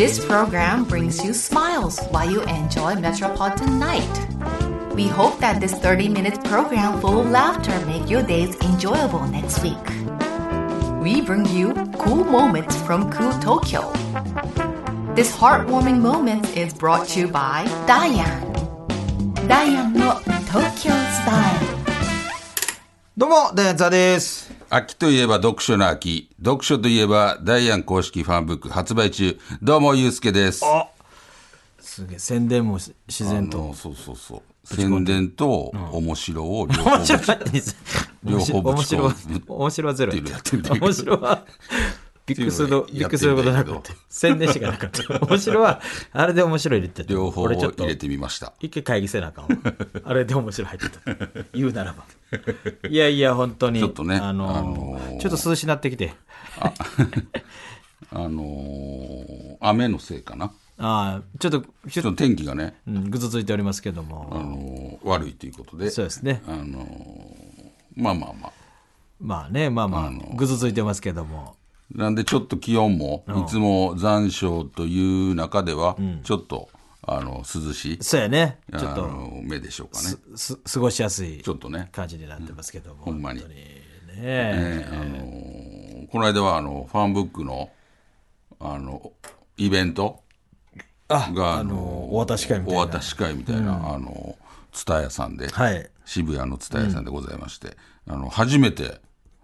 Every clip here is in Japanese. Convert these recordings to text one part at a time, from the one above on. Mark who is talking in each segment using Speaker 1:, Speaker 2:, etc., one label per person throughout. Speaker 1: This program brings you smiles while you enjoy Metropolitan Night. We hope that this 30-minute program full of laughter make your days enjoyable next week. We bring you cool moments from cool Tokyo. This heartwarming moment is brought to you by Diane. Diane の Tokyo Style.
Speaker 2: どうも、ダイアンツァです。
Speaker 3: 秋といえば読書の秋。読書といえばダイアン公式ファンブック発売中。どうも、ゆうすけです。あ
Speaker 2: すげえ、宣伝もし自然と。
Speaker 3: のそうそうそう。宣伝と面白を両方
Speaker 2: 面
Speaker 3: 持
Speaker 2: 白
Speaker 3: ち
Speaker 2: い。
Speaker 3: 両方ぶ
Speaker 2: 面
Speaker 3: ち
Speaker 2: 白
Speaker 3: 込
Speaker 2: は
Speaker 3: むうん、
Speaker 2: 面白はゼロや
Speaker 3: やってみたいけど
Speaker 2: 面白は、びっくりするの、
Speaker 3: っていうのを
Speaker 2: びっ
Speaker 3: や
Speaker 2: く
Speaker 3: ってみたいけど
Speaker 2: りすることなかった。宣伝しかなかった。面白は、あれで面白い入れてた。
Speaker 3: 両方を
Speaker 2: 俺ちょっと
Speaker 3: 入れてみました。
Speaker 2: 一回会議せなあかんわあれで面白い入ってた。言うならば。いやいや、本当に。
Speaker 3: ちょっとね
Speaker 2: あのー
Speaker 3: あのー
Speaker 2: ちょっと涼しなってきて。
Speaker 3: あのー雨のせいかな。
Speaker 2: ああ、ちょっと、ち
Speaker 3: ちょ
Speaker 2: ょっ
Speaker 3: っと
Speaker 2: と
Speaker 3: 天気がね、
Speaker 2: うんぐずついておりますけども。
Speaker 3: あのー悪いということで。
Speaker 2: そうですね。
Speaker 3: あのーまあまあまあ。
Speaker 2: まあね、まあまあ、ぐずついてますけども。
Speaker 3: なんでちょっと気温も、いつも残暑という中では、ちょっと、あの、涼しい、
Speaker 2: そうやね。
Speaker 3: あ
Speaker 2: ちょっと、
Speaker 3: の、目でしょうかね。
Speaker 2: す過ごしやすい
Speaker 3: ちょっとね。
Speaker 2: 感じになってますけども。
Speaker 3: ほんまに
Speaker 2: 本当ねえ
Speaker 3: ねあのこの間はあのファンブックのあのイベント
Speaker 2: あ、
Speaker 3: が
Speaker 2: あ
Speaker 3: あ
Speaker 2: の
Speaker 3: の
Speaker 2: お渡し会みたいな。
Speaker 3: お渡し会みたいな、あの蔦屋さんで、
Speaker 2: はい。
Speaker 3: 渋谷の蔦屋さんでございまして、あの初めて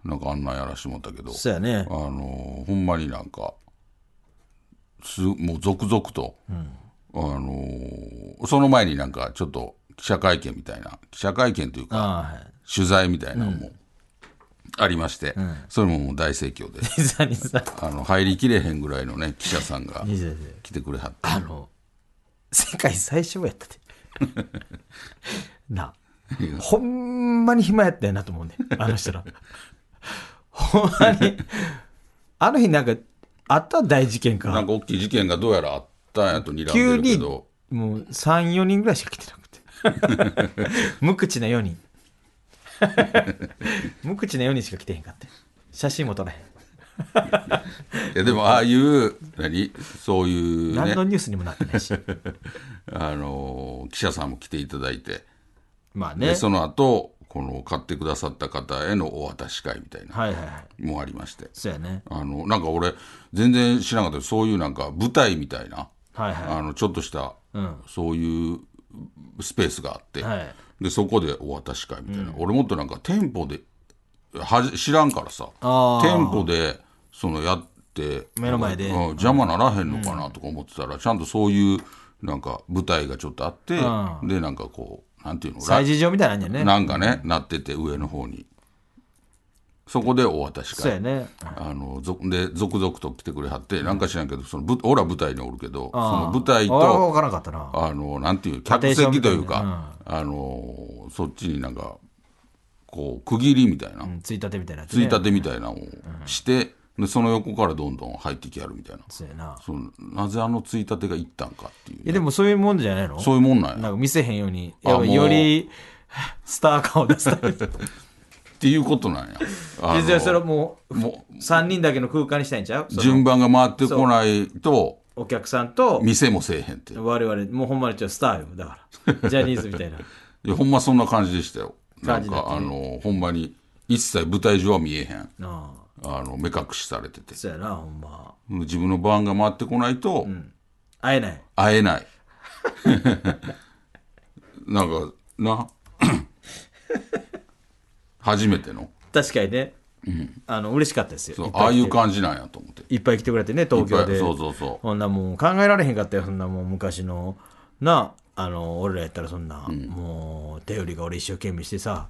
Speaker 3: なんかあんなんやらしてもらったけど
Speaker 2: そうやね
Speaker 3: あ。のほんまになんかすもう続々と、あのその前になんかちょっと記者会見みたいな記者会見というか
Speaker 2: ああ、はい。
Speaker 3: 取材みたいなのもありまして、それももう大盛況 で
Speaker 2: いざいざ。
Speaker 3: あの入りきれへんぐらいのね記者さんが
Speaker 2: いざいざ
Speaker 3: 来てくれはって
Speaker 2: あの、世界最初やったで。なあほんまに暇やったやなと思うね。あの 人ら。ほんまに。あの日なんか、あった大事件
Speaker 3: なん
Speaker 2: か。
Speaker 3: か大きい事件がどうやらあったんやと睨ん
Speaker 2: 急
Speaker 3: でるけ
Speaker 2: に、も
Speaker 3: ど
Speaker 2: う3、4人ぐらいしか来てなくて。 無口な4人。無口な4人しか来てへんかって。写真も撮らへん。
Speaker 3: いやでもああいう何そういう
Speaker 2: 何の
Speaker 3: ね、
Speaker 2: ニュースにもなってな いし。
Speaker 3: あの記者さんも来ていただいて、
Speaker 2: まあ
Speaker 3: で
Speaker 2: ね。
Speaker 3: その後この買ってくださった方へのお渡し会みたいな
Speaker 2: はいはいはい。
Speaker 3: のもありまして、
Speaker 2: そうやね。
Speaker 3: あのなんか俺全然知らなかったけどそういうなんか舞台みたいな。
Speaker 2: はいはい。
Speaker 3: あのちょっとした、
Speaker 2: ん
Speaker 3: そういうスペースがあって、
Speaker 2: はい
Speaker 3: でそこでお渡し会みたいな、俺もっとなんか店舗ではじ知らんからさ
Speaker 2: あー
Speaker 3: 店舗でそのやって
Speaker 2: 目の前で
Speaker 3: うん邪魔ならへんのかなとか思ってたら、ちゃんとそういうなんか舞台がちょっとあって、
Speaker 2: う
Speaker 3: でなんかこうなんていうの
Speaker 2: 催事場みたいなのあんやね。
Speaker 3: なんかね、なってて上の方にそこでお渡し
Speaker 2: そう
Speaker 3: 会
Speaker 2: やね。
Speaker 3: あのぞで続々と来てくれはって、なんか知らんけどそのぶ俺は舞台におるけどその舞台
Speaker 2: 俺は
Speaker 3: と
Speaker 2: 分からなかったな。
Speaker 3: あのなんていう
Speaker 2: パテー
Speaker 3: 客
Speaker 2: ション
Speaker 3: 席という
Speaker 2: み
Speaker 3: か、あのそっちになんかこう区切りみたいな、
Speaker 2: うんついたてみたいなやつ、
Speaker 3: つ
Speaker 2: ね。
Speaker 3: いたてみたいなのをして、でその横からどんどん入ってきやるみたいな
Speaker 2: そうやな。
Speaker 3: そのなぜあのついたてがいったんかっていう
Speaker 2: い
Speaker 3: ね、
Speaker 2: や、でもそういうもんじゃないの
Speaker 3: そういうもんなんや
Speaker 2: なんか見せへんように。
Speaker 3: あ
Speaker 2: やっぱ
Speaker 3: もう
Speaker 2: より、スター感を出すために。
Speaker 3: っていうことなん や。あの
Speaker 2: 実はそれはもう、
Speaker 3: も
Speaker 2: 3人だけの空間にしたいんちゃう
Speaker 3: う
Speaker 2: その
Speaker 3: 順番が回ってこないと
Speaker 2: お客さんと、
Speaker 3: 店もせえへんって
Speaker 2: 我々、もうほんまにちょっとスターよ。だ から。ジャニーズみたいな。
Speaker 3: いやほんまそんな感じでしたよな
Speaker 2: 感じ
Speaker 3: ん
Speaker 2: だっ
Speaker 3: か
Speaker 2: たね
Speaker 3: あのほんまに一切舞台上は見えへん
Speaker 2: なあ。
Speaker 3: あの目隠しされてて
Speaker 2: そうやな、ほんま。
Speaker 3: 自分の番が回ってこないと
Speaker 2: 会えない。
Speaker 3: 会えない、 なんかな 初めての
Speaker 2: 確かにね。あの、嬉しかったですよ。
Speaker 3: そう
Speaker 2: っぱ
Speaker 3: ああ
Speaker 2: 来て
Speaker 3: いう感じなんやと思って
Speaker 2: いっぱい来てくれてね、東京
Speaker 3: い
Speaker 2: で。
Speaker 3: っぱいそうそうそう
Speaker 2: ほんなもう考えられへんかったよ、そんなもう昔の、なあ、あの、俺らやったらそんな、もう、手よりが俺一生懸命してさ、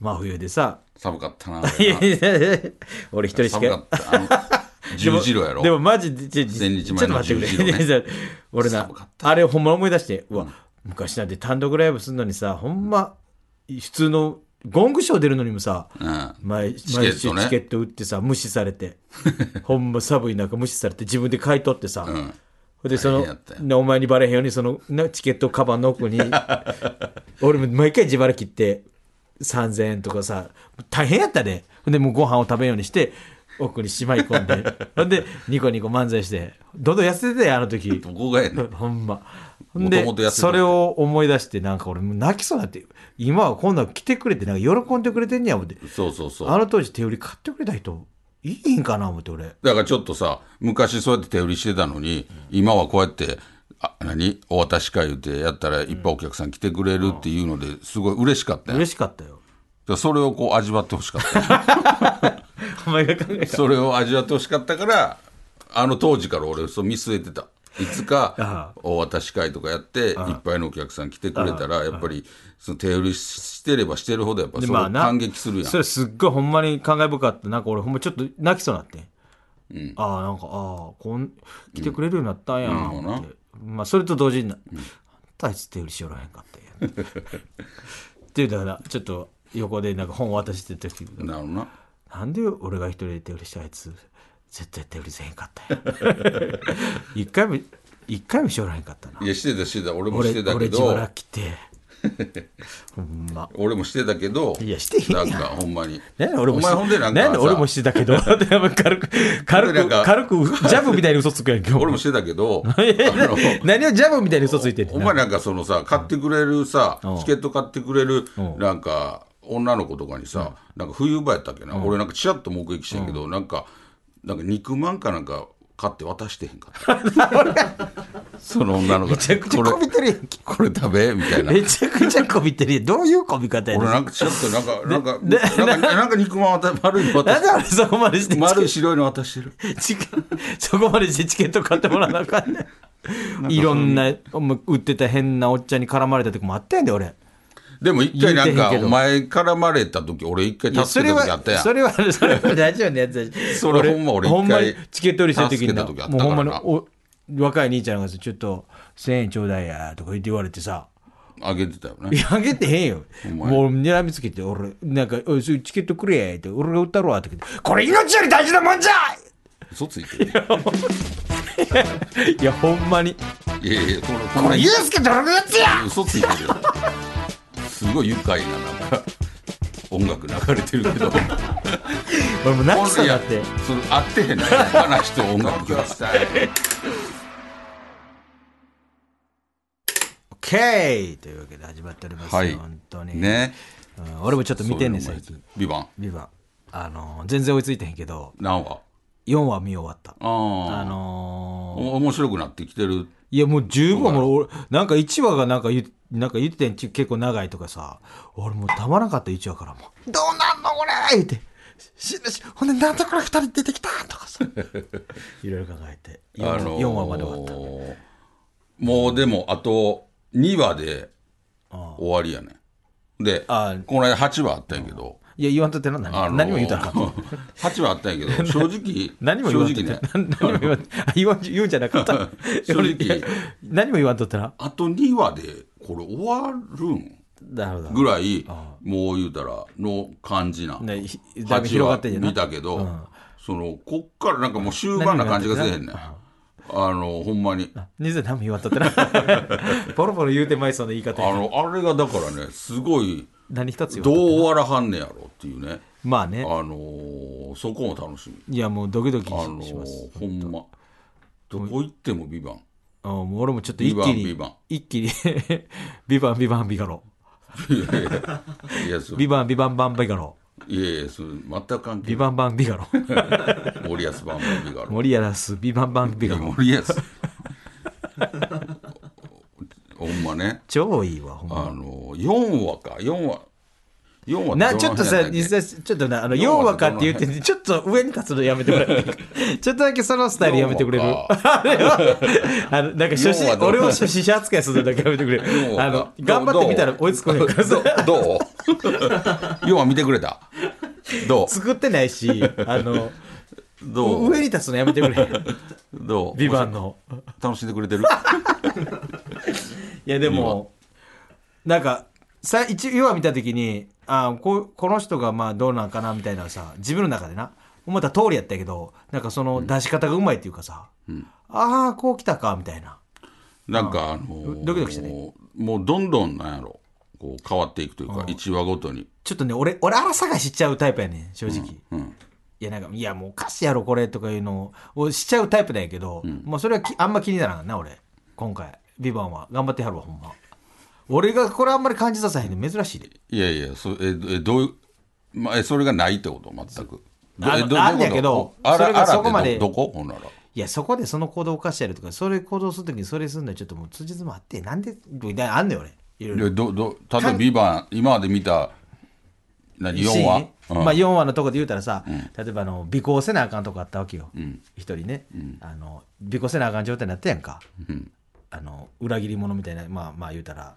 Speaker 2: 真冬でさ、
Speaker 3: 寒かったなあれない
Speaker 2: やいやいや俺一人し
Speaker 3: 寒か
Speaker 2: か
Speaker 3: っ。たあの十字路やろ
Speaker 2: でもマジで、ちょ
Speaker 3: 千日
Speaker 2: ちょっ
Speaker 3: 前
Speaker 2: と
Speaker 3: の
Speaker 2: 待ってく
Speaker 3: 十字
Speaker 2: れ。
Speaker 3: 路ね
Speaker 2: いやいや俺な
Speaker 3: 寒かっ、
Speaker 2: あれほんま思い出して、うわ、昔なんて単独ライブするのにさ、ほんま、普通の、ゴングショー出るのにもさ、
Speaker 3: うん
Speaker 2: 毎
Speaker 3: チケットね
Speaker 2: 毎週チケット売ってさ無視さ れてほんま寒い中無視されて自分で買い取ってさ、
Speaker 3: ん
Speaker 2: ほんでその
Speaker 3: 大変やったよ
Speaker 2: ねお前にバレへんようにそのなチケットをカバンの奥 に俺も毎回自腹切って3000円とかさ大変やったでほんでもうご飯を食べんようにして奥にしまい込 んでほんでニコニコ漫才してどんどん痩せてたよあの時
Speaker 3: どこがやねん
Speaker 2: ほんまほんで
Speaker 3: もともと痩せてた
Speaker 2: それを思い出してなんか俺もう泣きそうになって今はこんなん来てくれてなんか喜んでくれてんねや思って
Speaker 3: そうそうそう
Speaker 2: あの当時手売り買ってくれた人いいんかな思って俺
Speaker 3: だからちょっとさ昔そうやって手売りしてたのに、今はこうやってあ何お渡し会言うてやったらいっぱいお客さん来てくれるっていうのですごい嬉しかったよ、だ
Speaker 2: 嬉
Speaker 3: か
Speaker 2: しかったよ
Speaker 3: らそれをこう味わってほしかったよ
Speaker 2: お前が考えた
Speaker 3: それを味わってほしかったからあの当時から俺そう見据えてたいつか
Speaker 2: あ
Speaker 3: お渡し会とかやっていっぱいのお客さん来てくれたらやっぱりその手売りしてればしてるほどやっぱ
Speaker 2: で
Speaker 3: それ
Speaker 2: まあな
Speaker 3: 感激するやん
Speaker 2: それすっごいほんまに感慨深かったなんか俺ほんまちょっと泣きそうになって、ああなんかああこん来てくれるようになったんやな
Speaker 3: うんなるほ
Speaker 2: 思って、まあ、それと同時にな、あんたあいつ手売りしよらへんかったんやっていうだからちょっと横でなんか本渡してた時
Speaker 3: なるほどな
Speaker 2: なんで俺が一人で手売りしたあいつ絶対手売りせへんかったんや一回も一回もしよらへんかったない
Speaker 3: やしてたしてた俺も
Speaker 2: 俺
Speaker 3: してた
Speaker 2: 俺
Speaker 3: け
Speaker 2: 自腹
Speaker 3: ど
Speaker 2: 来てほんま
Speaker 3: 俺もしてたけど
Speaker 2: いやしてへんやん
Speaker 3: なんかほんまに
Speaker 2: なんで俺も
Speaker 3: お
Speaker 2: し
Speaker 3: 前ほんでなんか
Speaker 2: なんで俺も
Speaker 3: さ
Speaker 2: してた けど、で軽く、軽
Speaker 3: なん
Speaker 2: く、
Speaker 3: か
Speaker 2: 軽く、ジャブみたいに嘘つくやんけ、
Speaker 3: 俺もしてたけ どあの
Speaker 2: 何をジャブみたいに嘘ついてんね
Speaker 3: お
Speaker 2: ん
Speaker 3: 前なんかそのさ買ってくれるさ
Speaker 2: うん
Speaker 3: チケット買ってくれる
Speaker 2: うん
Speaker 3: なんか女の子とかにさなんか冬場やったっけな俺なんかちらっと目撃してんけどなんかなんか肉まんかなんか買って渡してへんかった その女の子
Speaker 2: めちゃくちゃこびてるやんけ。
Speaker 3: これ食べみたいな
Speaker 2: めちゃくちゃこびてるやん。どういうこび方やね
Speaker 3: 俺
Speaker 2: ん。
Speaker 3: なんかちらっとなんかなんかなんかなんか肉まん渡丸いの渡
Speaker 2: なん
Speaker 3: し
Speaker 2: で俺そこまでして、
Speaker 3: 丸い白いの渡してる
Speaker 2: チケそこまでしてチケット買ってもらわなあかんねん。いろんな、もう売ってた変なおっちゃんに絡まれた時もあったやんで、俺。
Speaker 3: でも一回なんか
Speaker 2: 言うてへんけど
Speaker 3: お前絡まれた時俺一回
Speaker 2: そ
Speaker 3: 助
Speaker 2: れ
Speaker 3: けた時あ
Speaker 2: は
Speaker 3: ったやん、
Speaker 2: それは、 それはラジオのやつだし。
Speaker 3: それほんま俺一回
Speaker 2: ほんまにチケット売りした時にな、
Speaker 3: 助けた時あった
Speaker 2: も
Speaker 3: か
Speaker 2: う
Speaker 3: らな
Speaker 2: ほ
Speaker 3: ん
Speaker 2: まにお若い兄ちゃんがさちょっと1000円ちょうだいやとか言って言われてさ、
Speaker 3: あげてたよね
Speaker 2: いや、あげてへんよ。
Speaker 3: んまや
Speaker 2: もう睨みつけて、俺、なんか、おいそういうチケットくれやって、俺が売ったろわって言って、これ命より大事なもんじゃ
Speaker 3: 嘘ついてる
Speaker 2: いいや、ほんまに。
Speaker 3: いやいやこのこ
Speaker 2: こ
Speaker 3: の
Speaker 2: れ、ユうスケと俺のやつや
Speaker 3: 嘘ついてるよすごい愉快ななんか音楽流れてるけど
Speaker 2: 俺もう泣きそうになっ
Speaker 3: い
Speaker 2: て
Speaker 3: や。それ合ってへんね話と音楽が
Speaker 2: オッケーというわけで始まっておりますよ、
Speaker 3: はい
Speaker 2: 本当に。
Speaker 3: ね
Speaker 2: うん俺もちょっと見てんねん、最近。
Speaker 3: ビバン
Speaker 2: ビバン。あの、全然追いついてへんけど、
Speaker 3: 何話
Speaker 2: 4話見終わった。
Speaker 3: あー
Speaker 2: あのー
Speaker 3: お面白くなってきてる
Speaker 2: いやもう十分もう俺、なんか1話がなんか言うなんか言ってたやんち結構長いとかさ、俺もうたまらなかった1話からもう。 どうなんのこれ言って。ししほんで、なんとこれ2人出てきたとかさ。 いろいろ考えて。4,
Speaker 3: あのー
Speaker 2: 四話まで終わった。
Speaker 3: もうでもあと2話で終わりやねで
Speaker 2: あー
Speaker 3: この間8話あったんやけど、
Speaker 2: いや、言わんとってな、何,、
Speaker 3: あのー
Speaker 2: 何も言うたらあかん。
Speaker 3: 8話あったんや けど正直
Speaker 2: 何も言わんと
Speaker 3: 正直
Speaker 2: ってな
Speaker 3: ね。
Speaker 2: 何も言わん とあ言わん、言うんじゃなか った。
Speaker 3: 正直
Speaker 2: いや何も言わんとってな。
Speaker 3: あと2話でこれ終わるん
Speaker 2: なるほ
Speaker 3: ぐ
Speaker 2: ど。
Speaker 3: らいもう言うたらの感じな、
Speaker 2: ねひだい
Speaker 3: 8
Speaker 2: ぶ広が
Speaker 3: 話
Speaker 2: ってんじゃな
Speaker 3: 見たけど、
Speaker 2: うん
Speaker 3: そのこっからなんかもう終盤な感じがせえへんねんあのほんまに
Speaker 2: 全然何も言わんとっ てな。ポロポロ言うてまいそうな言い方
Speaker 3: あ
Speaker 2: や
Speaker 3: のあれがだからねすごい
Speaker 2: 何一つ言わんと
Speaker 3: どう
Speaker 2: ってな
Speaker 3: 終わらはんねやろっていうね
Speaker 2: まあ
Speaker 3: あ
Speaker 2: ね。
Speaker 3: のーそこも楽しみ
Speaker 2: いや、もうドキドキ
Speaker 3: あの
Speaker 2: します。
Speaker 3: ーほんまどこ行っても「ビバン
Speaker 2: あのもう俺もちょっと一気
Speaker 3: ビ
Speaker 2: に
Speaker 3: バン、
Speaker 2: 一気に、 ビバン、ビバン、ビガロ。
Speaker 3: いやそれ
Speaker 2: ビバン、ビバン、バン、ビガロ。
Speaker 3: いやいやそれ全く関係
Speaker 2: ビ
Speaker 3: ない
Speaker 2: バン、バン、ビガロ。
Speaker 3: 森保バンバンビガロ
Speaker 2: 森やす、ビバン、バン、ビガロ。
Speaker 3: 森保 ほんまね
Speaker 2: 超いいわ、ほんま。
Speaker 3: あの4話か4話4話
Speaker 2: な
Speaker 3: どの
Speaker 2: ちょっとさ、
Speaker 3: 辺やたっけ
Speaker 2: 実際ちょっとな、あの、
Speaker 3: 四
Speaker 2: 4
Speaker 3: 話
Speaker 2: 話
Speaker 3: か
Speaker 2: かって言ってんで、ちょっと上に立つのやめても らっていいかちょっとだけそのスタイルやめてくれる
Speaker 3: 四話
Speaker 2: あれは、あの、なんか
Speaker 3: 四
Speaker 2: 初
Speaker 3: 話
Speaker 2: 心、
Speaker 3: どう
Speaker 2: 俺を初心者扱いするのだけやめてくれ
Speaker 3: 四話
Speaker 2: る。
Speaker 3: か
Speaker 2: あの、頑張ってみたら追いつくねんから
Speaker 3: どうどう ?4 話見てくれたどう
Speaker 2: 作ってない し、あの、
Speaker 3: どう
Speaker 2: 上に立つのやめてく れ。
Speaker 3: どう
Speaker 2: ビバンの。
Speaker 3: 楽しんでくれてる
Speaker 2: いやでもなんかさ一要は見た時にあーここの人がまあどうなんかなみたいなさ自分の中でな思った通りやったけどなんかその出し方がうまいっていうかさ、ああこう来たかみたいな
Speaker 3: なんかあのー
Speaker 2: ドキドキしたね
Speaker 3: もうどんどんなんやろこう変わっていくというか1話ごとに
Speaker 2: ちょっとね俺俺あら探しちゃうタイプやねん正直、
Speaker 3: うん
Speaker 2: いやなんかいやもうおかしいやろこれとかいうのをしちゃうタイプなんやけど、まあ、それはきあんま気にならんかな俺今回「ビバンは頑張ってはるわほんま俺がこれあんまり感じさせへんの珍しいで
Speaker 3: いやいやそええどういう、まあ、えそれがないってこと全く
Speaker 2: あの
Speaker 3: えど
Speaker 2: あん
Speaker 3: どういうこ
Speaker 2: ねや
Speaker 3: と
Speaker 2: けど
Speaker 3: おあら
Speaker 2: それが
Speaker 3: あらって
Speaker 2: そこまで
Speaker 3: どどこほんなら
Speaker 2: いやそこでその行動を犯してやるとかそれ行動するときにそれするのはちょっともう辻褄合ってなんでみたいなのあんねん俺いろい
Speaker 3: い
Speaker 2: ろ
Speaker 3: やどど例えば「ビバン今まで見た何4話、
Speaker 2: シーン
Speaker 3: う
Speaker 2: ね
Speaker 3: ん
Speaker 2: まあ、4話のとこで言うたらさ、例えばあの尾行せなあかんとこあったわけよ、一人ね、あの尾行せなあかん状態になったやんか、あの裏切り者みたいなまあまあ言うたら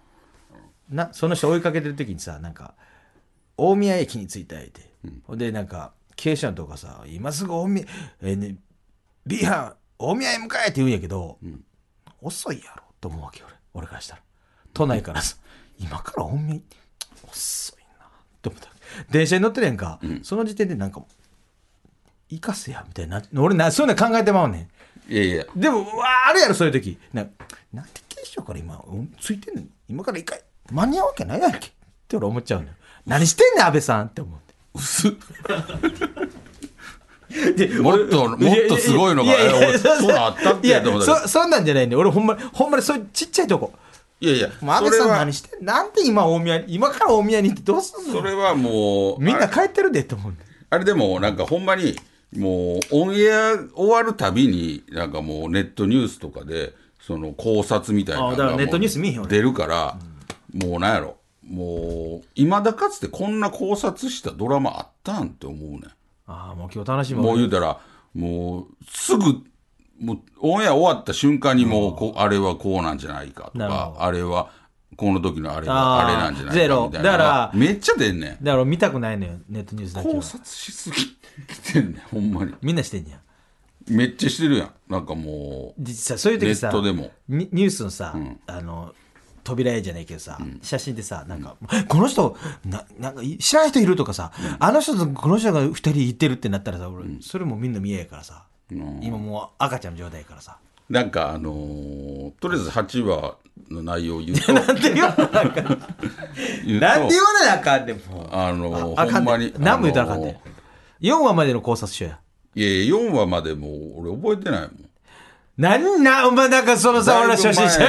Speaker 2: なその人追いかけてる時にさなんか大宮駅に着いた言うて、ほんでなんか経営者のとこがさ「今すぐ大宮えーね B 班大宮へ向かえ」って言うんやけど、遅いやろと思うわけよ俺俺からしたら都内から さ今から大宮遅いなって思った電車に乗ってるやんか、その時点でなんか生かせやみたいな俺なそういうの考えてまうねん
Speaker 3: いやいや
Speaker 2: でも、うわあるやろ、そういう時。ななんで警視庁から今、うんついてんのに今から一回、間に合うわけないやんけ。って俺思っちゃうのよ。何してんねん、安倍さんって思って。で
Speaker 3: もっと
Speaker 2: 俺
Speaker 3: もっとすごいのが
Speaker 2: やや
Speaker 3: え俺そうなんあったっけ
Speaker 2: いや
Speaker 3: と思ったけど
Speaker 2: そそんなんじゃないねん俺ほんまほんまにそういうちっちゃいとこ
Speaker 3: いやいや
Speaker 2: もう安倍
Speaker 3: そ
Speaker 2: さん
Speaker 3: れは
Speaker 2: 何してんなんで今大宮に今から大宮に行ってどうすん
Speaker 3: そ
Speaker 2: の
Speaker 3: れはもう
Speaker 2: みん
Speaker 3: あ
Speaker 2: な
Speaker 3: れ
Speaker 2: 帰ってるでって思うんだよ
Speaker 3: あれでもなんかほんまにもうオンエア終わるたびになんかもうネットニュースとかでその考察みたいなの
Speaker 2: あだから
Speaker 3: もう
Speaker 2: ネットニュース見えへんよね
Speaker 3: 出るからもうなんやろもういまだかつてこんな考察したドラマあったんって思うねん
Speaker 2: ああもう今日楽しみ
Speaker 3: もう言うたら、もうすぐ、もうオンエア終わった瞬間にもうこう、あれはこうなんじゃないかと
Speaker 2: なる
Speaker 3: か
Speaker 2: ほ、ど
Speaker 3: あれは、この時のあれ
Speaker 2: あ
Speaker 3: は
Speaker 2: ー
Speaker 3: あれなんじゃない
Speaker 2: ゼ
Speaker 3: か
Speaker 2: ロ
Speaker 3: みたいなのが。
Speaker 2: だから
Speaker 3: めっちゃ出んねん。
Speaker 2: だから見たくないのよネットニュースだけは
Speaker 3: 考察しすぎてんねん、ほんまに。
Speaker 2: みんなしてんやん
Speaker 3: めっちゃしてるやん。なんかもう、
Speaker 2: 実際そういう時さ
Speaker 3: ネットでも
Speaker 2: ニニュースのさ、あの扉絵じゃないけどさ、写真でさなんか、この人ななんかい知らない人いるとかさ、あの人とこの人が2人いてるってなったらさ俺、それもみんな見えやからさ、今もう赤ちゃんの状態やからさ、
Speaker 3: なんかあのーとりあえず8話の内容言うと、
Speaker 2: なんで言わなあか
Speaker 3: 言
Speaker 2: ん
Speaker 3: うと
Speaker 2: なんで言わなあかんでも
Speaker 3: あのー
Speaker 2: あ
Speaker 3: ほん
Speaker 2: かんで
Speaker 3: まに。
Speaker 2: 何も言うたらあかん
Speaker 3: あの
Speaker 2: で
Speaker 3: ー
Speaker 2: 4話までの考察書や
Speaker 3: いやいや、4話までもう俺覚えてないもん。
Speaker 2: なんなお前なんかそのさ俺ら初心者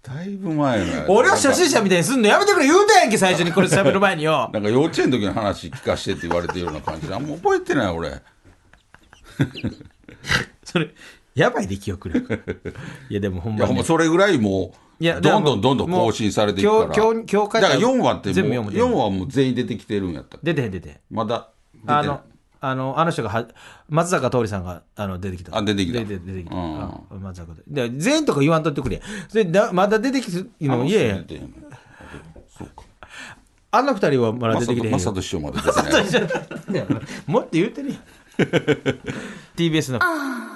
Speaker 3: だいぶ前のやつやから。だいぶ前のやつ
Speaker 2: 俺は初心者みたいにすんのやめてくれ言うたやんけ最初にこれ喋る前に よ
Speaker 3: なんか幼稚園の時の話聞かせてって言われてるような感じで、あんま覚えてない俺。
Speaker 2: それやばいで記憶力いやでもほん
Speaker 3: い
Speaker 2: ま
Speaker 3: や、
Speaker 2: に
Speaker 3: ほんまそれぐらいもう、
Speaker 2: いや
Speaker 3: どんどんどんどん更新されていくから。
Speaker 2: もう今日今日今日書いた
Speaker 3: だから4話って
Speaker 2: 全部
Speaker 3: もう、
Speaker 2: 読む
Speaker 3: 4話はもう全員出てきてるんやったっけ
Speaker 2: 出てへん出てへん
Speaker 3: まだ出てない
Speaker 2: あのあのあの人がは松坂桃李さんがあの出てきた
Speaker 3: あ出てきた
Speaker 2: 出て出てきた、
Speaker 3: うん
Speaker 2: あ松坂桃李で全員とか言わんとってくれそれだまだ出てきてる
Speaker 3: あ
Speaker 2: の
Speaker 3: の
Speaker 2: いやいや
Speaker 3: 出てへんのそうか。
Speaker 2: あんな二人はまだ
Speaker 3: ま
Speaker 2: 出
Speaker 3: さ
Speaker 2: てき
Speaker 3: と、
Speaker 2: てへん
Speaker 3: まさ
Speaker 2: よ
Speaker 3: と師匠まで出てない。
Speaker 2: いやもっと言うてるやん TBS の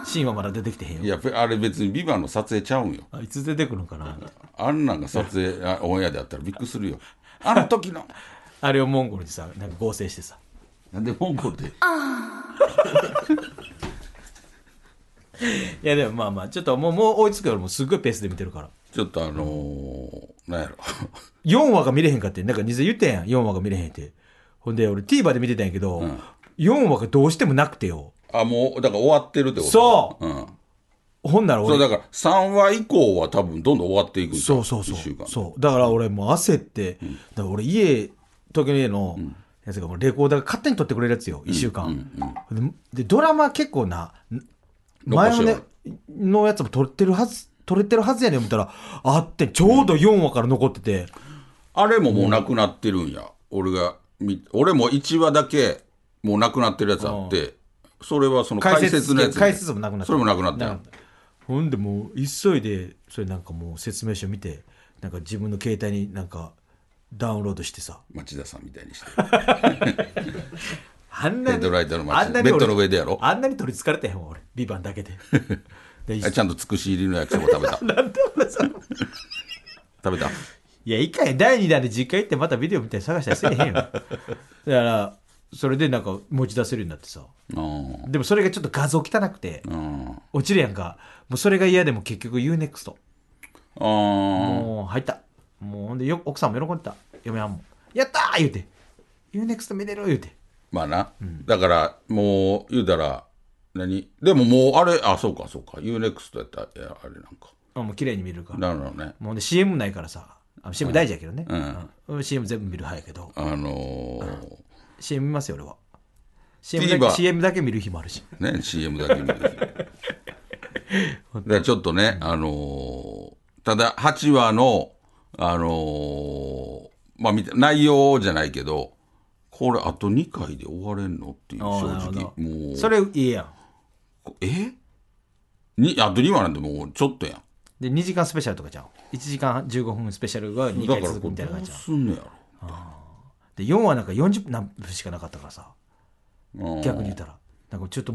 Speaker 2: シーンはまだ出てきてへん
Speaker 3: い
Speaker 2: よ
Speaker 3: や、べあれ別にビバンの撮影ちゃうんよ。
Speaker 2: あいつ出てくるのかな
Speaker 3: あんなんが撮影、あオンエアであったらびっくりするよ。あの時 の。
Speaker 2: あれをモンゴルにさなんか合成してさ
Speaker 3: なんでモンゴルで。
Speaker 2: いやでもまあまあちょっともうもう追いつくよりもすっごいペースで見てるから
Speaker 3: ちょっとあのー、なんやろ。
Speaker 2: 4話が見れへんかって、なんか偽言ってんやん、4話が見れへんって。ほんで、俺 TVer で見てたんやけど、4話がどうしてもなくてよ。
Speaker 3: あ、もう、だから終わってるってこと
Speaker 2: そう
Speaker 3: うん。
Speaker 2: ほんなら
Speaker 3: そ
Speaker 2: 俺、
Speaker 3: う、だから3話以降は多分どんどん終わっていくんじゃ
Speaker 2: そ
Speaker 3: ん
Speaker 2: うそうそ
Speaker 3: 一週間
Speaker 2: う。。そう。だから俺もう焦って、だから俺家、東京の家の、やつがもうレコーダーが勝手に撮ってくれるやつよ、1週間。でで、ドラマ結構な、前
Speaker 3: 残し
Speaker 2: の
Speaker 3: て
Speaker 2: ね
Speaker 3: る、
Speaker 2: のやつも撮ってるはず、撮れてるはずやねん思ったら、あって、ちょうど4話から残ってて、
Speaker 3: あれももうなくなってるんや。俺が見、俺も1話だけもうなくなってるやつあって、それはその解説のやつ。
Speaker 2: 解説もなくなった
Speaker 3: それもなくなったんや
Speaker 2: ほんでもう急いでそれなんかもう説明書見てなんか自分の携帯になんかダウンロードしてさ
Speaker 3: 町田さんみたいにして。
Speaker 2: あん
Speaker 3: ヘ
Speaker 2: な
Speaker 3: ッ
Speaker 2: に
Speaker 3: ドライターの
Speaker 2: あ
Speaker 3: 町
Speaker 2: ん
Speaker 3: 田。
Speaker 2: な
Speaker 3: ベ
Speaker 2: に
Speaker 3: ッド
Speaker 2: 俺
Speaker 3: の上でやろ。
Speaker 2: あんなに取りつかれてへんわ俺ビバンだ けでで
Speaker 3: あちゃんとつくし入りの焼きそば食べた。
Speaker 2: なんで俺さ
Speaker 3: 食べた。
Speaker 2: いや一回第2弾で実家行ってまたビデオみたいに探したりせえへんよだからそれでなんか持ち出せるようになってさ
Speaker 3: うん。
Speaker 2: でもそれがちょっと画像汚くて
Speaker 3: うん。
Speaker 2: 落ちるやんかもうそれが嫌でも結局 UNEXT
Speaker 3: うん。
Speaker 2: もう入った。もうほんでよ奥さんも喜んでた。嫁はんも。やったー言うて。ユーネクスト見れる言うて。
Speaker 3: まあな、だからもう言うたら何でももうあれあそうかそうか UNEXT やったらいやあれなんか
Speaker 2: あもう綺麗に見れるから
Speaker 3: なるほどね
Speaker 2: もうね CM ないからさあ CM 大事やけどね、
Speaker 3: ん
Speaker 2: うん CM 全部見る派やけど
Speaker 3: あのー
Speaker 2: CM 見ますよ俺は CM だけ
Speaker 3: TVer
Speaker 2: CM だけ見る日もあるし
Speaker 3: ね、CM だけ見る日だからちょっとね、あのーただ8話の、あのーまあ見て、内容じゃないけど、これあと2回で終われんのっていう、
Speaker 2: あー
Speaker 3: 正
Speaker 2: なるほ
Speaker 3: 直
Speaker 2: ど。
Speaker 3: もう、
Speaker 2: それいいやん
Speaker 3: えにあと2話なんてもうちょっとやん。
Speaker 2: で2時間スペシャルとかじゃん1時間15分スペシャルが2
Speaker 3: だ
Speaker 2: 回
Speaker 3: から
Speaker 2: 続
Speaker 3: こ
Speaker 2: く
Speaker 3: れ
Speaker 2: みた
Speaker 3: ど
Speaker 2: いな感
Speaker 3: う
Speaker 2: じじゃん
Speaker 3: すんのやろ。
Speaker 2: で4はなんか40何分しかなかったからさ
Speaker 3: うん
Speaker 2: 逆に言ったらなんかちょっと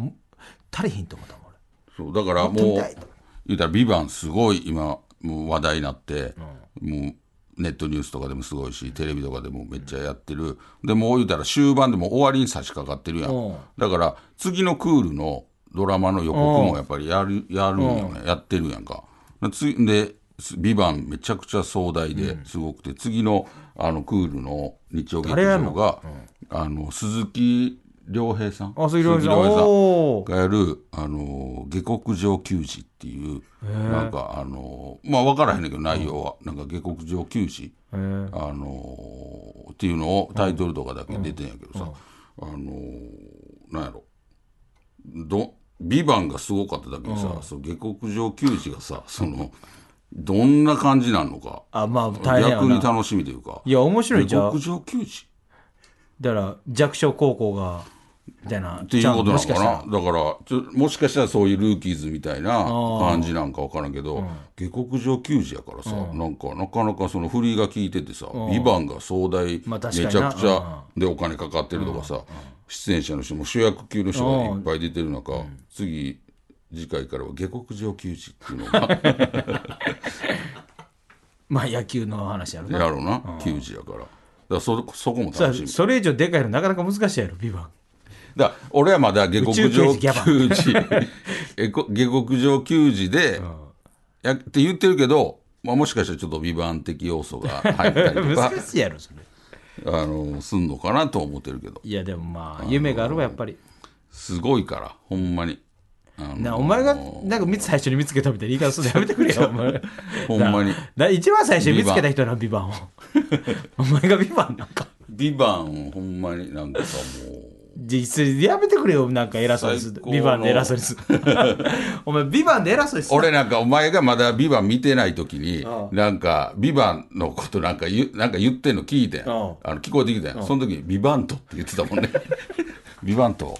Speaker 2: 足りひんと思ったもん俺
Speaker 3: そうだから
Speaker 2: 本当
Speaker 3: もう
Speaker 2: 見たいと
Speaker 3: 言うたら「ビバンすごい今もう話題になって、もうネットニュースとかでもすごいしテレビとかでもめっちゃやってる、でもう言うたら終盤でもう終わりに差し掛かってるやん、
Speaker 2: うん
Speaker 3: だから次のクールのドラマの予告もやっぱりやる,、やるんよね、やってるやんかつで「ビバンめちゃくちゃ壮大ですごくて、次のあのクールの日曜劇
Speaker 2: 誰やんの
Speaker 3: 場が、あの鈴木亮平さん
Speaker 2: あそういろい
Speaker 3: 鈴木
Speaker 2: ろ
Speaker 3: 亮平さん
Speaker 2: おー
Speaker 3: がやる、あのー下克上球児っていう、なんか、あのーまあ分からへんねんけど、内容は、なんか下克上球児、
Speaker 2: へー
Speaker 3: あのーっていうのをタイトルとかだけ出てんやけどさ、あのーなんやろ、ど、ビバンがすごかっただけにさ、その下克上球児がさ、その、どんな感じなのか、
Speaker 2: あまあ大変や
Speaker 3: 逆に
Speaker 2: な
Speaker 3: 楽しみというか、
Speaker 2: いや面白
Speaker 3: 下
Speaker 2: いじゃん
Speaker 3: 克上球児
Speaker 2: だから弱小高校がみたいなっ
Speaker 3: っていうことな
Speaker 2: も
Speaker 3: の
Speaker 2: し
Speaker 3: か
Speaker 2: か
Speaker 3: な
Speaker 2: したら
Speaker 3: だからちょもしかしたらそういうルーキーズみたいな感じなんか分からんけど、下克上球児やからさ、なんかなかなかその振りが効いててさ「ビバンが壮大、
Speaker 2: ま
Speaker 3: め
Speaker 2: あ確
Speaker 3: ち
Speaker 2: かに
Speaker 3: ゃ
Speaker 2: な
Speaker 3: くちゃでお金かかってるとかさ、出演者の人も主役級の人がいっぱい出てる中、次次回からは下克上球児っていうの が
Speaker 2: まあ野球の話やろ
Speaker 3: や
Speaker 2: な
Speaker 3: ろうな、球児やからだからそそこも
Speaker 2: さ
Speaker 3: 楽しみ
Speaker 2: それ以上でかいのなかなか難しいやろビバン
Speaker 3: だから俺はまだ下克上
Speaker 2: 宇宙刑
Speaker 3: 球児 えこ下克上球児で、やって言ってるけど、まあ、もしかしたらちょっとビバン的要素が入ったりとか
Speaker 2: 難しいやろそれ
Speaker 3: あのすんのかなと思ってるけど
Speaker 2: いやでもまあ夢があればやっぱり
Speaker 3: すごいからほんまにあの
Speaker 2: なお前がなんか見つ最初に見つけたみたいな言い方するのやめて くれよお前
Speaker 3: ほんまに
Speaker 2: だ一番最初に見つけた人なビバンをお前がビバンなんか
Speaker 3: ビバンほんまになんかもう
Speaker 2: 実際やめてくれよなんか偉そうにす
Speaker 3: 最高の
Speaker 2: ビバンで偉そうにす お前ビバンで偉そうにす
Speaker 3: 俺なんかお前がまだビバン見てない時になんかビバンのことなんか言うなんか言ってんの聞いてんあ
Speaker 2: ん
Speaker 3: の聞こえてきたんその時にビバントって言ってたもん ねビバント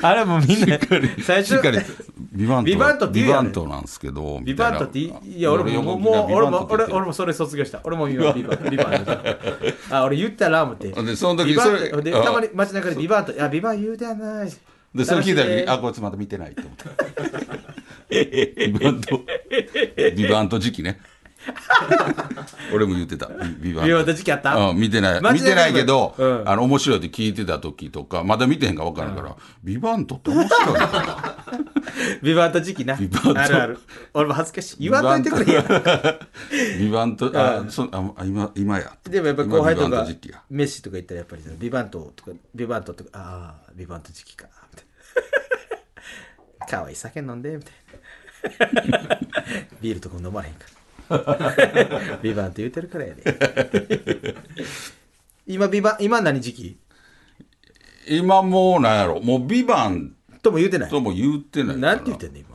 Speaker 2: あれもうみんな最
Speaker 3: しっ
Speaker 2: 初
Speaker 3: かりビバント
Speaker 2: ビバントって言うやん
Speaker 3: ビバントなんですけど
Speaker 2: ビ
Speaker 3: みた
Speaker 2: バ
Speaker 3: いな
Speaker 2: ントっていいいや俺ももうもう俺も俺俺もそれ卒業した俺も今ビバンビバンだあ俺言ったな思って
Speaker 3: でその時
Speaker 2: ビバンって
Speaker 3: それ
Speaker 2: で
Speaker 3: あ
Speaker 2: たまに街中でビバンといやビバン言うてやない
Speaker 3: で、それ聞いた時
Speaker 2: 楽しで
Speaker 3: あ、こいつまだ見てないと思って。ビバント、ビバント時期ね。俺も言ってた。ビビバン
Speaker 2: ビバン
Speaker 3: ト
Speaker 2: ト時期あった
Speaker 3: うん、見てない。
Speaker 2: マ
Speaker 3: 見
Speaker 2: ジで
Speaker 3: てないけど、
Speaker 2: うん
Speaker 3: あの、面白いって聞いてた時とか、まだ見てへんか分からんから、ビバントって面白いのかな
Speaker 2: ビバント時期な
Speaker 3: ビバント
Speaker 2: あるある俺も恥ずかし い言わんといてくれよ
Speaker 3: ビバント、あ、そああ今、今や。
Speaker 2: でもやっぱ後輩と
Speaker 3: 今ビバン
Speaker 2: か
Speaker 3: ト時期や。
Speaker 2: メッシとか言ったらやっぱりさビバントとかビバントとかああビバント時期かみたいな かわいい酒飲んでみたいな ビールとか飲まれへんから ビバント言うてるからやで今ビバン今何時期
Speaker 3: 今もうなんやろ、もうビバン
Speaker 2: とも言うてない
Speaker 3: とも言ってないから。
Speaker 2: なんて言ってんの今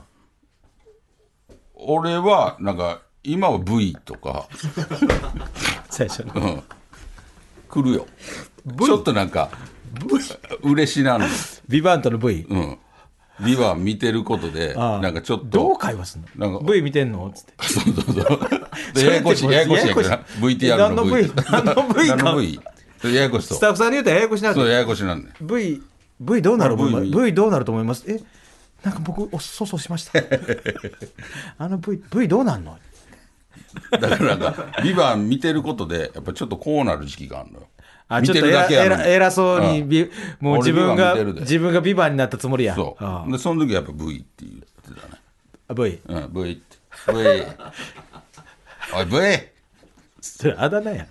Speaker 3: 俺は、なんか、今は V とか、
Speaker 2: 最初の
Speaker 3: うん来るよ。ちょっとなんか、嬉しなる
Speaker 2: ビバントの V
Speaker 3: の。うん。ビバン見てることで、
Speaker 2: ああ
Speaker 3: なんかちょっと。
Speaker 2: どう会話すん
Speaker 3: なん
Speaker 2: の
Speaker 3: か
Speaker 2: V 見てんのつって
Speaker 3: そうそうそう。 で、ややこしい、ややこしいやけどな。VTR
Speaker 2: 何
Speaker 3: の
Speaker 2: の
Speaker 3: V。
Speaker 2: V 何の V か
Speaker 3: 何の V でややこしそ
Speaker 2: スタ
Speaker 3: う。
Speaker 2: ッフさんに言うたらややこしなって
Speaker 3: そう、ややこしなんねん。
Speaker 2: V, v どうなる
Speaker 3: あ V-
Speaker 2: V, v どうなると思いますえなんか僕おそうそうしました あの V, v どうなんの
Speaker 3: だからなんか、ビバン見てることで、やっぱちょっとこうなる時期があるのよ。
Speaker 2: あ
Speaker 3: 見
Speaker 2: ちょってと
Speaker 3: る
Speaker 2: え
Speaker 3: だ
Speaker 2: ら
Speaker 3: けや
Speaker 2: え
Speaker 3: のに
Speaker 2: ら偉そうに、
Speaker 3: ん
Speaker 2: ビもう自分
Speaker 3: 俺ビバン
Speaker 2: が
Speaker 3: 見てるで
Speaker 2: 自分がビバンになったつもりや
Speaker 3: そ
Speaker 2: あ
Speaker 3: う。で、その時やっぱ V って言ってたね。
Speaker 2: あ V
Speaker 3: うん、V って。V。おい、V!
Speaker 2: そ れあだ名や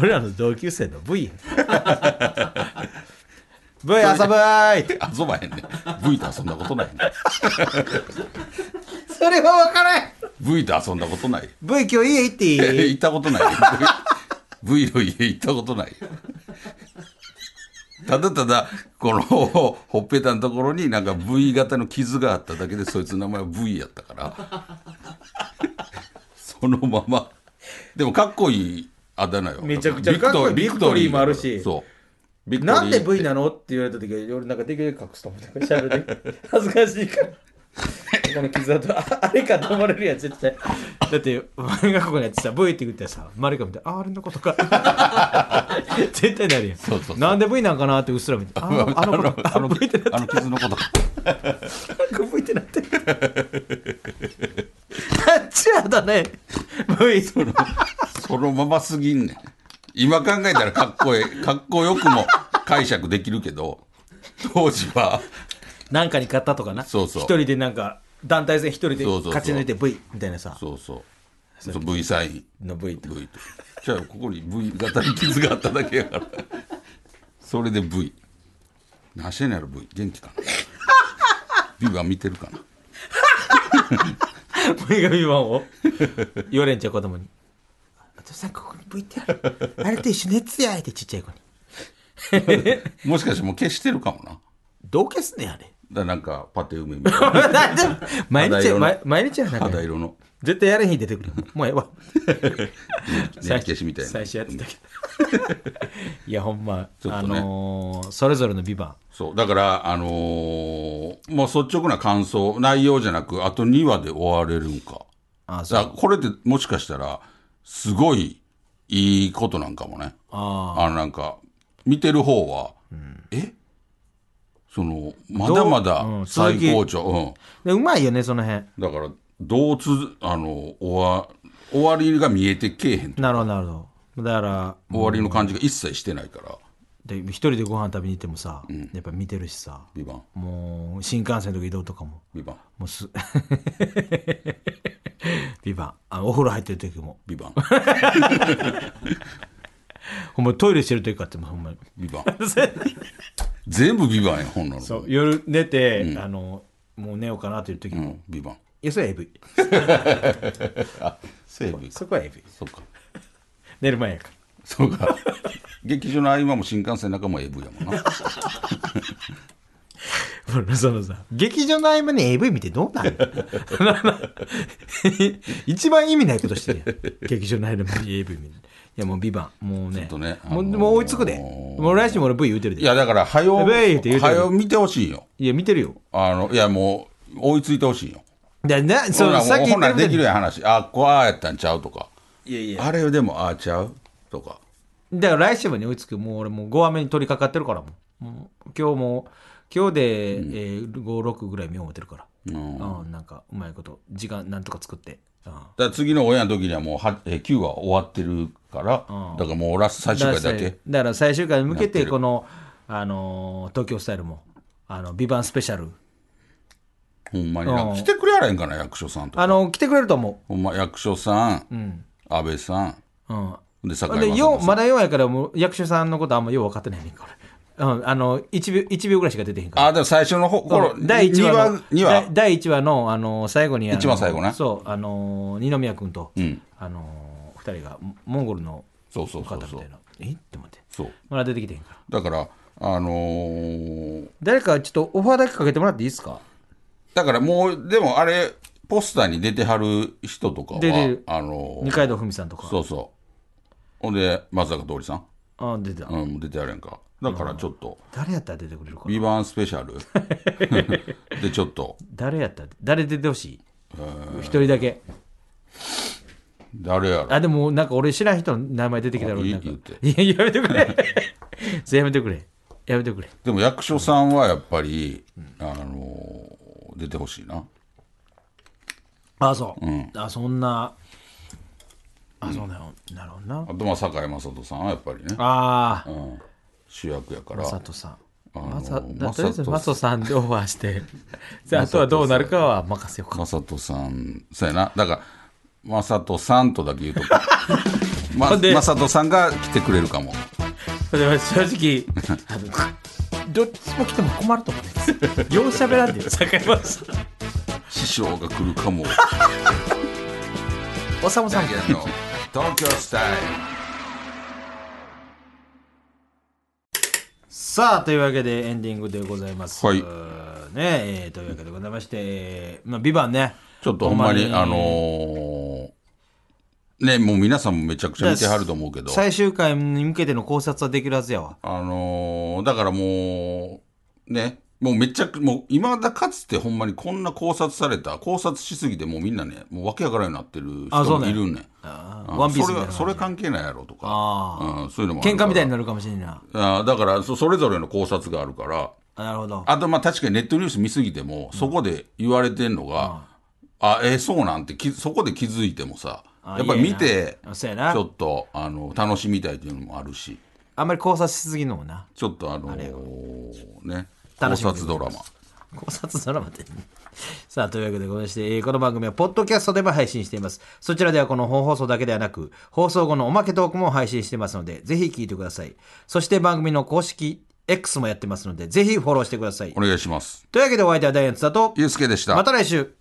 Speaker 2: 俺らの同級生の V ブイ遊ぶーいって
Speaker 3: 遊ばへんねん V と遊んだことないねん
Speaker 2: それは分からん
Speaker 3: V と遊んだことない
Speaker 2: ブイ今日家行っていい
Speaker 3: 行ったことない V, v の家行ったことないただただこのほっぺたのところになんか V 型の傷があっただけでそいつの名前は V やったからそのままでもかっこいいあだ名よ
Speaker 2: めちゃくちゃかっこいい
Speaker 3: ビクト
Speaker 2: ビクトリーもあるし
Speaker 3: そうビクトリー
Speaker 2: なんで V なのって言われた時は俺なんかできるだけ隠すと 思ってシャルで恥ずかしいからここの傷だと ああれかと思われるやん絶対だって俺がここにやってさ V って言ってさマリカ見てあああれの ことか絶対なるやん
Speaker 3: そうそうそう
Speaker 2: なんで V なんかなってうっすら見 てああのあのこと あ
Speaker 3: あの
Speaker 2: の V ってな
Speaker 3: あの傷のことか
Speaker 2: なんか V ってなってるなんちゅうやだね V
Speaker 3: そのまますぎんねん今考えたらかっこええかっこよくも解釈できるけど当時は
Speaker 2: なんかに勝ったとかな
Speaker 3: そうそう
Speaker 2: 一人でなんか団体戦一人で
Speaker 3: そうそうそう
Speaker 2: 勝ち抜いて V みたいなさ
Speaker 3: そうそうそう V サイン
Speaker 2: の V と
Speaker 3: V とじゃあここに V 型に傷があっただけやからそれで V 何してんのやろ V 元気かなビバン見てるかな
Speaker 2: 前髪マンを言われんちゃう子供に「お父さんここに VTR あれと一緒のやつや」ってちっちゃい子に
Speaker 3: もしかしてもう消してるかもなだか
Speaker 2: 「どう消すねんあれ
Speaker 3: らなんかパテ梅みたいな」
Speaker 2: 毎
Speaker 3: 肌
Speaker 2: 日
Speaker 3: 色の
Speaker 2: 毎毎日やなん
Speaker 3: 肌
Speaker 2: か
Speaker 3: 色の
Speaker 2: 絶対やれへん日出てくるもう ええわ
Speaker 3: 焼き消しみたいな
Speaker 2: 最初やってたけど いやほんま、
Speaker 3: ちょ
Speaker 2: あ
Speaker 3: っとね
Speaker 2: のーそれぞれの「ビバ
Speaker 3: そう、だから、あのーもう率直な感想、内容じゃなく、あと2話で終われるんか。
Speaker 2: あそ
Speaker 3: だからこれってもしかしたら、すごいいいことなんかもね。
Speaker 2: あ
Speaker 3: あの、なんか、見てる方は、えその、まだまだ
Speaker 2: どううん
Speaker 3: 最高潮。うん。
Speaker 2: でうまいよねその辺
Speaker 3: だから、どうつづ、あの、終わ、終わりが見えてけえへん。
Speaker 2: なるほどなるほどだから
Speaker 3: 終わりの感じが一切してないから、
Speaker 2: で一人でご飯食べに行ってもさ、やっぱ見てるしさ
Speaker 3: ビバン、
Speaker 2: もう新幹線とか移動とかも
Speaker 3: ビバン、
Speaker 2: もうす、 ビバン。あお風呂入ってる時も。
Speaker 3: ビバン、
Speaker 2: ほんまトイレしてる時かっても、ほ んまに。
Speaker 3: ビ バン。全部ビバンや、ほんなの。
Speaker 2: そう夜寝て、あの、もう寝ようかなという時
Speaker 3: う
Speaker 2: も。い
Speaker 3: ん、ビバン。
Speaker 2: や、それは AV。
Speaker 3: 西武
Speaker 2: そこは AV。
Speaker 3: そうか。
Speaker 2: 寝る前やから。
Speaker 3: そうか。 劇場の合間も新幹線の中も AV やもんな。
Speaker 2: ほら そのさ、劇場の合間に AV 見てどうなる 一番意味ないことしてるやん。劇場の合間に AV 見る。いや、もうビバン。もうね。
Speaker 3: ちょっとね
Speaker 2: もう
Speaker 3: あのー
Speaker 2: もう追いつくで。もう来週も俺 V 言うてるで。
Speaker 3: いや、だから、はよ、
Speaker 2: やべえって言うて
Speaker 3: は
Speaker 2: る
Speaker 3: よ見てほしいよ。
Speaker 2: いや見てるよ。
Speaker 3: あの、いや、もう、追いついてほしいよ。
Speaker 2: でな、そ
Speaker 3: ほ
Speaker 2: の
Speaker 3: ら、
Speaker 2: さっ
Speaker 3: もう
Speaker 2: き
Speaker 3: ほ
Speaker 2: 言って
Speaker 3: ら、
Speaker 2: るみ
Speaker 3: で
Speaker 2: たい
Speaker 3: き
Speaker 2: に
Speaker 3: るやん話。あ、こうああやったんちゃうとか。
Speaker 2: いやいや。
Speaker 3: あれでも、ああちゃうとか。
Speaker 2: だから来週まで追いつく、もう俺もう5話目に取り掛かってるからもう、もう今日も、今日で、えー5、6ぐらい見思ってるから、うんなんかうまいこと、時間なんとか作って、うん
Speaker 3: だから次の親の時にはもうは、えー9話終わってるから、だからもうラスト最終回だけ。
Speaker 2: だから最終回に向け、
Speaker 3: やっててる
Speaker 2: この、あのー東京スタイルも、あの、ビバンスペシャル、
Speaker 3: ほんまになん
Speaker 2: う
Speaker 3: か。
Speaker 2: ん
Speaker 3: 来てくれやらへんかな、役所さんとか。
Speaker 2: あの、来てくれると思
Speaker 3: ほんま、役所さん、安倍さん、
Speaker 2: う。うん。
Speaker 3: で、坂井
Speaker 2: で、
Speaker 3: 正人
Speaker 2: 4、
Speaker 3: さん
Speaker 2: まだ4やから、もう役所さんのことあんまよう分かってないねんから。うん、あの、1秒、一秒ぐらいしか出てへんから。
Speaker 3: あ、だから最初の方、この、
Speaker 2: 第1話の
Speaker 3: 2話
Speaker 2: だ、第一話のあの最後にあの
Speaker 3: 一番最後ね
Speaker 2: そうあの二宮君と、
Speaker 3: ん
Speaker 2: あの二人がモモンゴルの
Speaker 3: そうそうそ
Speaker 2: 方
Speaker 3: う
Speaker 2: みた
Speaker 3: そう
Speaker 2: い。なえって思って
Speaker 3: そう。
Speaker 2: まだ出てきてへんから
Speaker 3: だから、あのー
Speaker 2: 誰かちょっとオファーだけかけてもらっていいですか
Speaker 3: だからもう、でもあれ、ポスターに出てはる人とかは、
Speaker 2: 出てる
Speaker 3: あのー
Speaker 2: 二階堂ふみさんとか
Speaker 3: そうそう。ほんで、松坂桃李さん、
Speaker 2: あ出てた、
Speaker 3: うん、出てはるやんか。だからちょっと、
Speaker 2: 誰やったら出てくれるかな
Speaker 3: ビバンスペシ ャルで、ちょっと、
Speaker 2: 誰やったら誰出てほしい一人だけ
Speaker 3: 誰やろ。
Speaker 2: あでもなんか俺知らん人の名前出てきたら俺
Speaker 3: いい
Speaker 2: なんか
Speaker 3: 言うて
Speaker 2: いややめてくれ それやめてくれやめてくれ
Speaker 3: でも役所さんはやっぱり、あのー出てほしいな。
Speaker 2: あそう、あそんなあそうなの、なるほどな
Speaker 3: あと、まあ、坂井雅人さんはやっぱりね、
Speaker 2: ああ、
Speaker 3: 主役やから。
Speaker 2: マサトさん。
Speaker 3: あの
Speaker 2: マサ
Speaker 3: マサト
Speaker 2: とりあえずマサトさんでオファ ーして、じゃああとはどうなるかは任せようか。
Speaker 3: マサトさん、そうやな。だから、マサトさんとだけ言うと こま、
Speaker 2: ほんで
Speaker 3: マサトさんが来てくれるかも。
Speaker 2: それは正直、あのどっちも来ても困ると思うんです。よう喋ら んでよ。
Speaker 4: 坂山さん
Speaker 3: 師匠が来るかも。
Speaker 2: おさむさん
Speaker 3: だ。けど東京スタイ
Speaker 2: さあ、というわけでエンディングでございます。
Speaker 3: はい
Speaker 2: ねえーというわけでございまして、えーまあ、ビバンね。
Speaker 3: ル。ちょっとほんまに、あのーね、もう皆さんもめちゃくちゃ見てはると思うけど、
Speaker 2: 最終回に向けての考察はできるはずやわ。
Speaker 3: あのーだからもう、ね、もうめちゃく、もう今だかつてほんまにこんな考察された、考察しすぎてもうみんなね、もうわけわからんようになってる
Speaker 2: あ
Speaker 3: 人
Speaker 2: そう
Speaker 3: も
Speaker 2: ね
Speaker 3: いるんねん。
Speaker 2: あー
Speaker 3: うん
Speaker 2: ワンピース
Speaker 3: それ
Speaker 2: みた
Speaker 3: は
Speaker 2: いな。
Speaker 3: それ関係ないやろとか
Speaker 2: あ、
Speaker 3: うん、そういうのもある
Speaker 2: 喧
Speaker 3: から
Speaker 2: 嘩みたいになるかもしれんな。
Speaker 3: あーだからそそれぞれの考察があるから
Speaker 2: あなるほど。
Speaker 3: あとまあ確かにネットニュース見すぎても、そこで言われてんのが、あえーそうなんてきそこで気づいてもさ
Speaker 2: あ
Speaker 3: やっぱり見
Speaker 2: いやい
Speaker 3: て
Speaker 2: やそうやな
Speaker 3: ちょっとあの楽しみたいっていうのもあるし
Speaker 2: あんまり考察しすぎるのもな。
Speaker 3: ちょっとあのね考
Speaker 2: 楽しみ
Speaker 3: 察ドラマ
Speaker 2: 考察ドラマで。 さあ、というわけでございまして、えーこの番組は、ポッドキャストでも配信しています。そちらでは、この本放送だけではなく、放送後のおまけトークも配信してますので、ぜひ聞いてください。そして、番組の公式 X もやってますので、ぜひフォローしてください。
Speaker 3: お願いします
Speaker 2: というわけで、お相手はダイアンツだと、
Speaker 3: ゆうすけでした
Speaker 2: また来週